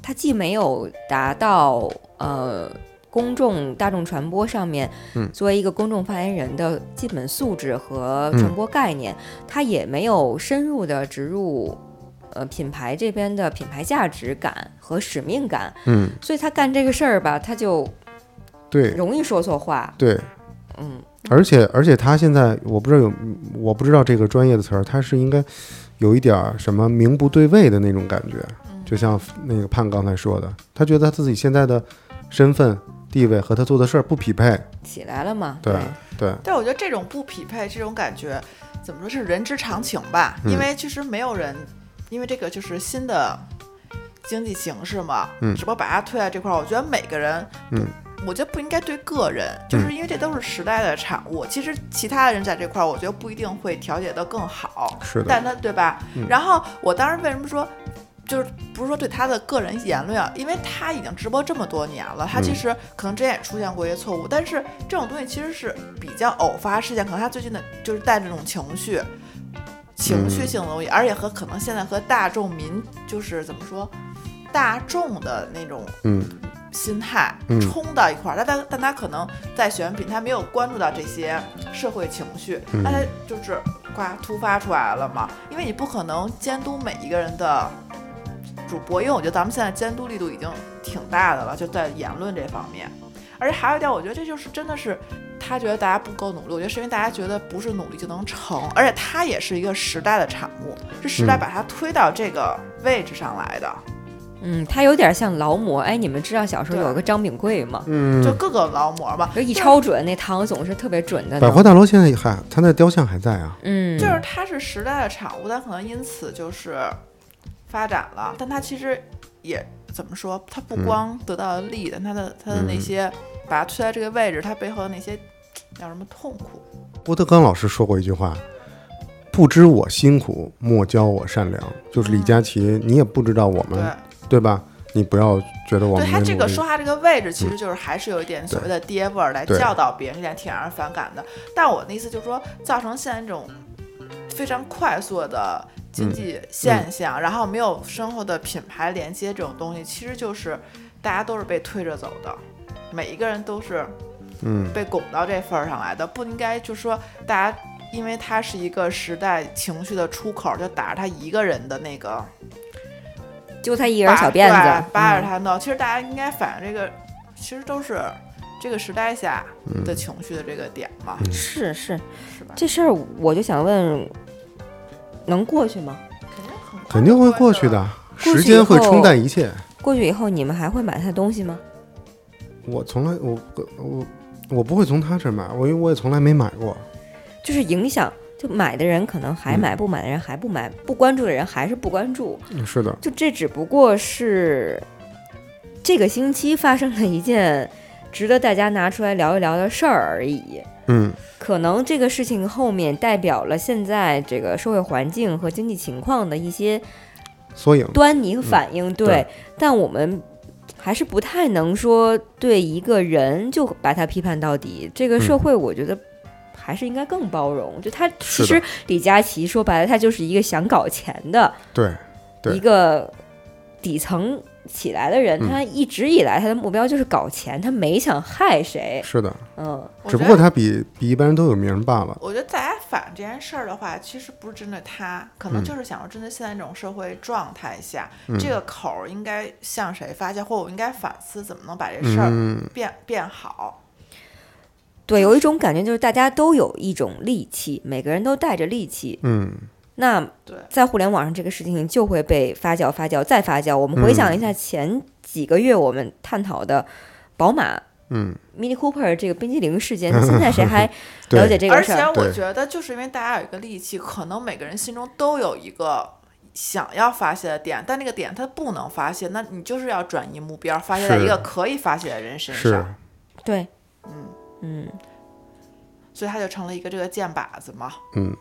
Speaker 2: 它既没有达到呃公众大众传播上面，
Speaker 3: 嗯
Speaker 2: 作为一个公众发言人的基本素质和传播概念，
Speaker 3: 嗯
Speaker 2: 它也没有深入的植入。呃，品牌这边的品牌价值感和使命感，
Speaker 3: 嗯，
Speaker 2: 所以他干这个事儿吧，他就
Speaker 3: 对
Speaker 2: 容易说错话。
Speaker 3: 对，
Speaker 2: 嗯，
Speaker 3: 而且而且他现在我不知道有我不知道这个专业的词儿，他是应该有一点儿什么名不对位的那种感觉，就像那个盼刚才说的，他觉得他自己现在的身份地位和他做的事儿不匹配。
Speaker 2: 起来了嘛？
Speaker 3: 对对，
Speaker 4: 但我觉得这种不匹配，这种感觉怎么说是人之常情吧？
Speaker 3: 嗯
Speaker 4: 因为其实没有人，因为这个就是新的经济形势嘛，
Speaker 3: 嗯
Speaker 4: 只不过把它推在这块儿。我觉得每个人，
Speaker 3: 嗯，
Speaker 4: 我觉得不应该对个人，就是因为这都是时代的产物。其实其他人在这块儿，我觉得不一定会调节得更好，
Speaker 3: 是的嗯
Speaker 4: 但他对吧？然后我当时为什么说就是不是说对他的个人言论啊，因为他已经直播这么多年了，
Speaker 3: 嗯
Speaker 4: 他其实可能之前也出现过一些错误，但是这种东西其实是比较偶发事件，可能他最近的就是带着这种情绪。情绪性的
Speaker 3: 嗯
Speaker 4: 东西，而且和可能现在和大众民就是怎么说，大众的那种
Speaker 3: 嗯
Speaker 4: 心态
Speaker 3: 嗯
Speaker 4: 冲到一块儿，但他但他可能在选品，他没有关注到这些社会情绪，
Speaker 3: 嗯
Speaker 4: 那他就是呱突发出来了嘛。因为你不可能监督每一个人的主播，因为我觉得咱们现在监督力度已经挺大的了，就在言论这方面。而且还有一点，我觉得这就是真的是他觉得大家不够努力，我觉得是因为大家觉得不是努力就能成，而且他也是一个时代的产物，是时代
Speaker 3: 嗯
Speaker 4: 把他推到这个位置上来的。
Speaker 2: 嗯，他有点像劳模。哎，你们知道小时候
Speaker 4: 对
Speaker 2: 有个张炳贵吗？
Speaker 4: 就
Speaker 3: 嗯，
Speaker 4: 各个劳模嘛，
Speaker 2: 就一超准，那糖总是特别准的。
Speaker 3: 百货大楼现在还他那雕像还在啊。
Speaker 2: 嗯，
Speaker 4: 就是它是时代的产物，但可能因此就是发展了，但它其实也怎么说，它不光得到了利益，但它的它的那些把它推在这个位置，它背后的那些叫什么痛苦，
Speaker 3: 郭德纲老师说过一句话：“不知我辛苦，莫教我善良。”就是李佳琦，你也不知道我
Speaker 4: 嗯对
Speaker 3: 们，对吧？你不要觉得我
Speaker 4: 对，
Speaker 3: 们
Speaker 4: 他这个
Speaker 3: 努力嗯
Speaker 4: 说话这个位置，其实就是还是有一点所谓的爹味儿来
Speaker 3: 对
Speaker 4: 教导别人，这点挺让人反感的。但我的意思就是说，造成现在这种非常快速的
Speaker 3: 嗯
Speaker 4: 经济现象，然后没有深厚的品牌连接这种东西，其实就是大家都是被推着走的，每一个人都是
Speaker 3: 嗯
Speaker 4: 被拱到这份儿上来的，不应该就说大家。因为他是一个时代情绪的出口，就打着他一个人的那个
Speaker 2: 就他一
Speaker 4: 扒
Speaker 2: 人小辫子
Speaker 4: 对，
Speaker 2: 嗯
Speaker 4: 扒着他闹。其实大家应该反映这个，其实都是这个时代下
Speaker 3: 嗯
Speaker 4: 的情绪的这个点嘛，
Speaker 2: 是是，
Speaker 4: 是吧？
Speaker 2: 这事儿我就想问，能过去吗？
Speaker 4: 肯定很快
Speaker 3: 肯定会
Speaker 4: 就
Speaker 3: 过去
Speaker 4: 了。
Speaker 3: 的，
Speaker 2: 过去
Speaker 3: 时间会
Speaker 2: 以后
Speaker 3: 冲淡一切。
Speaker 2: 过去以后你们还会买他的东西吗？
Speaker 3: 我从来我我我不会从他这儿买，我因为我也从来没买过。
Speaker 2: 就是影响，就买的人可能还买，不买的人还不买，不关注的人还是不关注。
Speaker 3: 是的，
Speaker 2: 就这只不过是这个星期发生了一件值得大家拿出来聊一聊的事儿而已。
Speaker 3: 嗯，
Speaker 2: 可能这个事情后面代表了现在这个社会环境和经济情况的一些
Speaker 3: 缩影，
Speaker 2: 端倪和反应，对，
Speaker 3: 嗯对
Speaker 2: 但我们还是不太能说对一个人就把他批判到底。这个社会，我觉得还是应该更包容。就他其
Speaker 3: 嗯是
Speaker 2: 实李佳琦说白了，他就是一个想搞钱的
Speaker 3: 对，对
Speaker 2: 一个底层起来的人，
Speaker 3: 嗯
Speaker 2: 他一直以来他的目标就是搞钱，他没想害谁。
Speaker 3: 是的，
Speaker 2: 嗯，
Speaker 4: 我
Speaker 3: 只
Speaker 4: 觉得
Speaker 3: 不过他比比一般人都有名罢了。
Speaker 4: 我觉得大家反这件事儿的话，其实不是针对他，可
Speaker 3: 嗯
Speaker 4: 能就是想要针对现在这种社会状态下，这个口儿应该向谁发泄，或我应该反思怎么能把这事
Speaker 3: 嗯
Speaker 4: 儿变、变好。
Speaker 2: 对，有一种感觉就是大家都有一种戾气，每个人都带着戾气。
Speaker 3: 嗯，
Speaker 2: 那
Speaker 4: 对
Speaker 2: 在互联网上这个事情就会被发酵、发酵、再发酵。我们回想
Speaker 3: 嗯
Speaker 2: 一下前几个月我们探讨的宝马、
Speaker 3: 嗯
Speaker 2: Mini Cooper 这个冰激凌事件，现在谁还
Speaker 3: 对
Speaker 2: 了解这
Speaker 4: 而
Speaker 2: 个事
Speaker 4: 且
Speaker 2: 儿？
Speaker 4: 我
Speaker 3: 对
Speaker 4: 觉得，就是因为大家有一个戾气，可能每个人心中都有一个想要发泄的点，但那个点他不能发泄，那你就是要转移目标，发泄在
Speaker 3: 是
Speaker 4: 一个可以发泄的人身
Speaker 3: 是
Speaker 4: 上，
Speaker 2: 对，
Speaker 4: 嗯
Speaker 2: 嗯，
Speaker 4: 所以他就成了一个这个箭靶子嘛。
Speaker 3: 嗯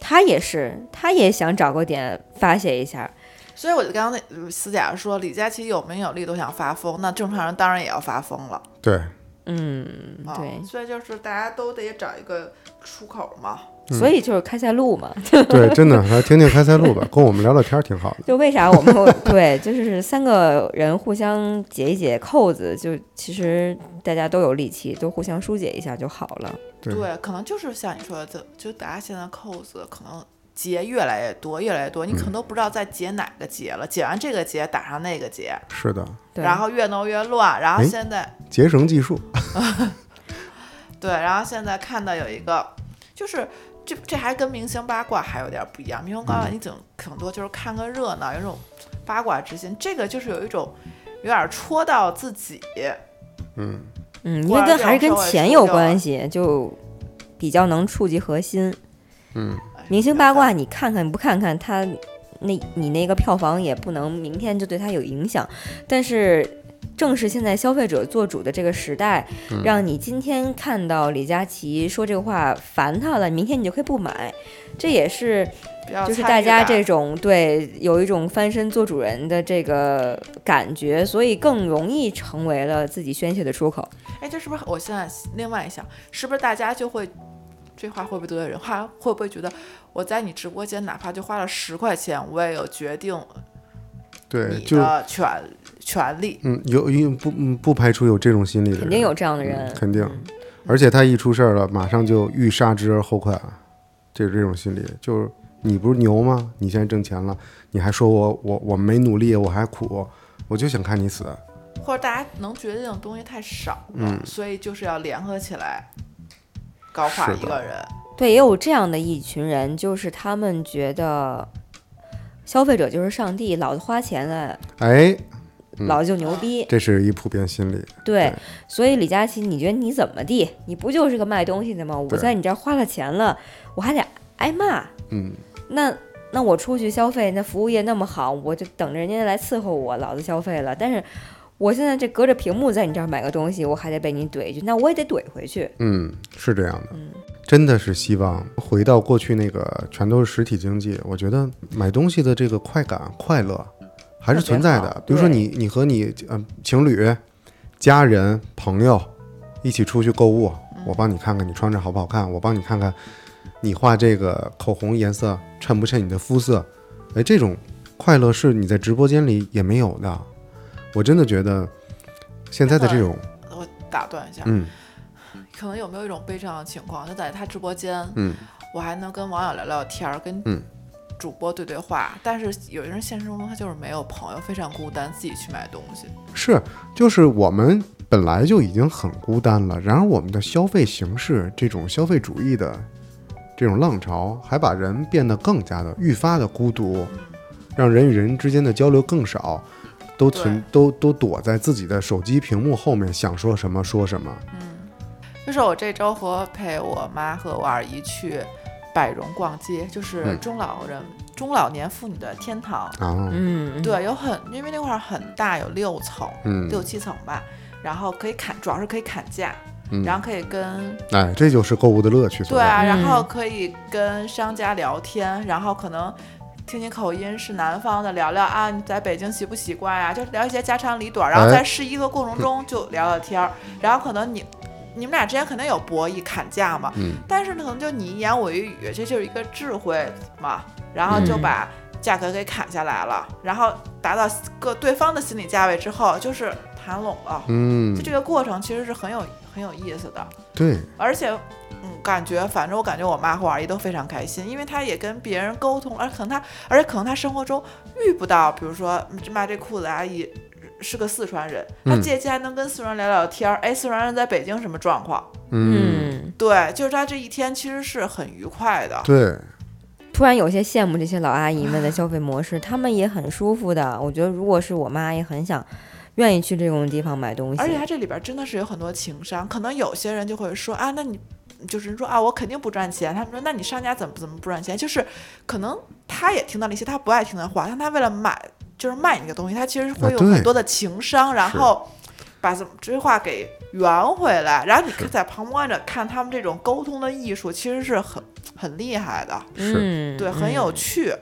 Speaker 2: 他也是，他也想找个点发泄一下。
Speaker 4: 所以我就刚刚那私下说，李佳琦有名有利都想发疯，那正常人当然也要发疯了。
Speaker 3: 对，
Speaker 2: 嗯，
Speaker 4: 啊
Speaker 2: 对，
Speaker 4: 所以就是大家都得找一个出口嘛。
Speaker 3: 嗯
Speaker 2: 所以就是开塞露嘛。
Speaker 3: 对，真的，来听听开塞露吧，跟我们聊聊天儿挺好的。
Speaker 2: 就为啥我们会 对，就是三个人互相解一解扣子，就其实大家都有力气，都互相疏解一下就好了。
Speaker 3: 对
Speaker 4: 对，可能就是像你说的，就就大家现在扣子可能结越来越多，越来越多，你可能都不知道在结哪个结了。解完这个结，打上那个结，
Speaker 3: 是的，
Speaker 2: 对，
Speaker 4: 然后越弄越乱。然后
Speaker 3: 哎
Speaker 4: 现在
Speaker 3: 节绳技术，
Speaker 4: 对，然后现在看到有一个，就是这这还跟明星八卦还有点不一样。明星八卦你顶挺多就是看个热闹，有一种八卦之心。这个就是有一种有点戳到自己，哎
Speaker 3: 嗯，
Speaker 2: 嗯，因
Speaker 4: 或
Speaker 2: 为
Speaker 4: 者
Speaker 2: 跟
Speaker 4: 这
Speaker 2: 还是
Speaker 4: 种
Speaker 2: 跟
Speaker 4: 社会
Speaker 2: 钱
Speaker 4: 塑
Speaker 2: 有
Speaker 4: 料
Speaker 2: 关
Speaker 4: 啊
Speaker 2: 系，就比较能触及核心。
Speaker 4: 哎
Speaker 2: 明星
Speaker 4: 没
Speaker 2: 八
Speaker 4: 办法
Speaker 2: 卦你看看不看看，他那你那个票房也不能明天就对他有影响。但是正是现在消费者做主的这个时代，让你今天看到李佳琦说这个话烦他了，明天你就可以不买。这也是
Speaker 4: 比较
Speaker 2: 就是
Speaker 4: 参
Speaker 2: 大
Speaker 4: 与
Speaker 2: 家
Speaker 4: 感
Speaker 2: 这种对有一种翻身做主人的这个感觉，所以更容易成为了自己宣泄的出口。
Speaker 4: 哎，这是不是我现在另外一想，是不是大家就会这话会不会得罪人？话会不会觉得我在你直播间哪怕就花了十块钱，我也有决定
Speaker 3: 对，
Speaker 4: 你
Speaker 3: 就是
Speaker 4: 的权权利？
Speaker 3: 嗯，有有不嗯不排除有这种心理的人，
Speaker 2: 肯定有这样的
Speaker 3: 嗯
Speaker 2: 人，
Speaker 3: 肯定。而且他一出事儿了，马上就欲杀之而后快，这这种心理就是你不是牛吗？你现在挣钱了，你还说我我我没努力，我还苦，我就想看你死。
Speaker 4: 或者大家能决定的东西太少了，
Speaker 3: 嗯
Speaker 4: 所以就是要联合起来高
Speaker 3: 是
Speaker 4: 化
Speaker 3: 的
Speaker 4: 一个人。
Speaker 2: 对，也有这样的一群人，就是他们觉得消费者就是上帝，老子花钱了，
Speaker 3: 哎，嗯
Speaker 2: 老子就牛逼。
Speaker 3: 这是一普遍心理，
Speaker 2: 对
Speaker 3: 对，
Speaker 2: 所以李佳琦，你觉得你怎么地？你不就是个卖东西的吗？我
Speaker 3: 对
Speaker 2: 在你这儿花了钱了，我还得挨骂。
Speaker 3: 嗯，
Speaker 2: 那那我出去消费，那服务业那么好，我就等着人家来伺候我，老子消费了。但是我现在这隔着屏幕在你这儿买个东西，我还得被你怼一句，那我也得怼回去。
Speaker 3: 嗯，是这样的，真的是希望回到过去那个全都是实体经济。我觉得买东西的这个快感、快乐还是存在
Speaker 2: 特别
Speaker 3: 的
Speaker 2: 好。
Speaker 3: 比如说
Speaker 2: 对
Speaker 3: 你、你和你嗯、呃情侣、家人、朋友一起出去购物，
Speaker 2: 嗯
Speaker 3: 我帮你看看你穿着好不好看，我帮你看看你画这个口红颜色衬不衬你的肤色。哎，这种快乐是你在直播间里也没有的。我真的觉得现在的这种，
Speaker 4: 我打断一下，
Speaker 3: 嗯，
Speaker 4: 可能有没有一种悲伤的情况，就在他直播间，
Speaker 3: 嗯，
Speaker 4: 我还能跟网友聊聊天儿，跟
Speaker 3: 嗯
Speaker 4: 主播对对话。但是有些人现实中他就是没有朋友，非常孤单，自己去买东西。
Speaker 3: 是，就是我们本来就已经很孤单了，然而我们的消费形式，这种消费主义的这种浪潮，还把人变得更加的愈发的孤独，让人与人之间的交流更少，都存都都躲在自己的手机屏幕后面，想说什么说什么。
Speaker 4: 就是我这周
Speaker 3: 嗯
Speaker 4: 和陪我妈和我二姨去百荣逛街，就是中老人中老年妇女的天堂。
Speaker 3: 啊，
Speaker 2: 嗯，
Speaker 4: 对，有很因为那块儿很大，有六层，
Speaker 3: 嗯
Speaker 4: 六七层吧，然后可以砍，主要是可以砍价，
Speaker 3: 嗯
Speaker 4: 然后可以跟
Speaker 3: 哎，这就是购物的乐趣所
Speaker 4: 对
Speaker 3: 在。
Speaker 4: 啊，然后
Speaker 2: 嗯
Speaker 4: 可以跟商家聊天，然后可能听你口音是南方的，聊聊啊你在北京习不习惯呀、就聊一些家长里短，然后
Speaker 3: 哎
Speaker 4: 在试衣的过程中就聊聊天儿，然后可能你。你们俩之间肯定有博弈砍价嘛，
Speaker 3: 嗯
Speaker 4: 但是呢，可能就你一言我一语，这就是一个智慧嘛，然后就
Speaker 2: 嗯
Speaker 4: 把价格给砍下来了，然后达到各对方的心理价位之后，就是谈拢了。
Speaker 3: 嗯
Speaker 4: 就，这个过程其实是很有很有意思的。
Speaker 3: 对，
Speaker 4: 而且，嗯，感觉反正我感觉我妈和我阿姨都非常开心，因为她也跟别人沟通，而可能她，而且可能她生活中遇不到，比如说嗯这卖这裤子的阿姨是个四川人，她
Speaker 3: 嗯
Speaker 4: 借机还能跟四川人聊聊天儿，哎，四川人在北京什么状况？
Speaker 3: 嗯，
Speaker 2: 嗯，
Speaker 4: 对，就是她这一天其实是很愉快的。
Speaker 3: 对，
Speaker 2: 突然有些羡慕这些老阿姨们的消费模式，她们也很舒服的。我觉得如果是我妈，也很想愿意去这种地方买东西
Speaker 4: 而。且它这里边真的是有很多情商，可能有些人就会说啊，那你就是说啊，我肯定不赚钱。他们说，那你商家怎么怎么不赚钱？就是可能他也听到了一些他不爱听的话，但他为了买就是卖你个东西，他其实会有
Speaker 3: 对
Speaker 4: 很多的情商，然
Speaker 3: 是
Speaker 4: 后把这这句话给圆回来，然后你可以在旁观着看他们这种沟通的艺术，其实是很很厉害的，
Speaker 3: 是。
Speaker 2: 嗯，
Speaker 4: 对，很有趣。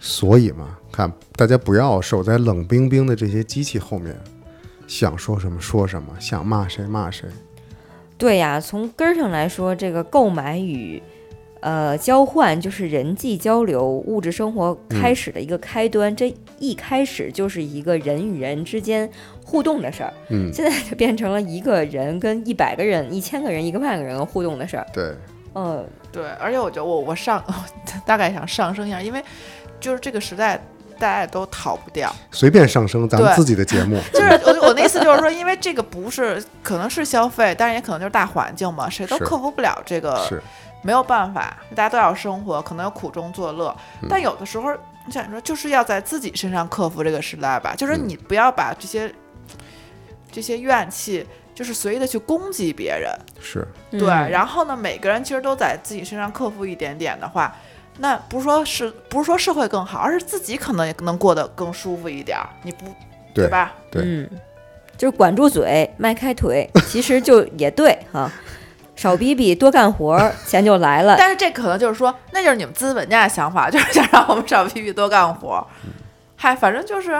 Speaker 3: 所以嘛，看大家不要守在冷冰冰的这些机器后面，想说什么说什么，想骂谁骂谁。
Speaker 2: 对呀，从根儿上来说，这个购买与呃交换就是人际交流、物质生活
Speaker 3: 嗯
Speaker 2: 开始的一个开端。这一开始就是一个人与人之间互动的事儿，
Speaker 3: 嗯，
Speaker 2: 现在就变成了一个人跟一百个人、一千个人、一个万个人互动的事儿。
Speaker 3: 对，
Speaker 2: 嗯，
Speaker 4: 对，而且我觉得我我上 大概想上升一下，因为就是这个时代大家也都逃不掉。
Speaker 3: 随便上升咱们
Speaker 4: 对
Speaker 3: 自己的节目。
Speaker 4: 就是我我的意思就是说，因为这个不是可能是消费，但是也可能就是大环境嘛，谁都
Speaker 3: 是
Speaker 4: 克服不了这个，
Speaker 3: 是，
Speaker 4: 没有办法，大家都要生活，可能要苦中作乐。
Speaker 3: 嗯
Speaker 4: 但有的时候，你想说，就是要在自己身上克服这个时代吧，
Speaker 3: 嗯
Speaker 4: 就是你不要把这些、这些怨气。就是随意的去攻击别人，
Speaker 3: 是，
Speaker 2: 嗯
Speaker 4: 对。然后呢，每个人其实都在自己身上克服一点点的话，那不是说是不是说社会更好，而是自己可能也能过得更舒服一点儿。你不
Speaker 3: 对
Speaker 4: 吧？
Speaker 3: 对
Speaker 2: 嗯，就是管住嘴，迈开腿，其实就也对哈、少逼逼，多干活儿，钱就来了。
Speaker 4: 但是这可能就是说，那就是你们资本家的想法， 就是想让我们少批评多干活。嗨，反正就是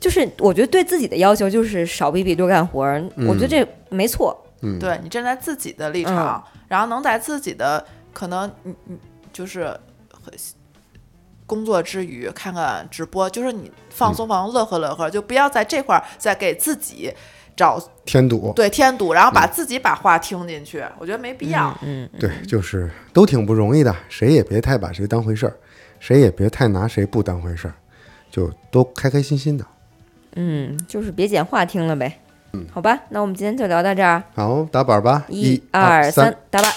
Speaker 2: 就是我觉得对自己的要求就是少逼逼，多干活儿。我觉得这没错。
Speaker 3: 嗯，
Speaker 4: 对你站在自己的立场，然后能在自己的可能你你就是和工作之余看看直播，就是你放松放松，乐呵乐呵，就不要在这块儿再给自己找
Speaker 3: 添堵。
Speaker 4: 对添堵，然后把自己把话听进去，我觉得没必要。
Speaker 2: 嗯，
Speaker 3: 对，就是都挺不容易的，谁也别太把谁当回事儿，谁也别太拿谁不当回事儿，就都开开心心的。
Speaker 2: 嗯，就是别捡话听了呗。好吧，那我们今天就聊到这儿。
Speaker 3: 好，打板儿吧，
Speaker 2: 嗯一
Speaker 3: 二
Speaker 2: 二三，打吧。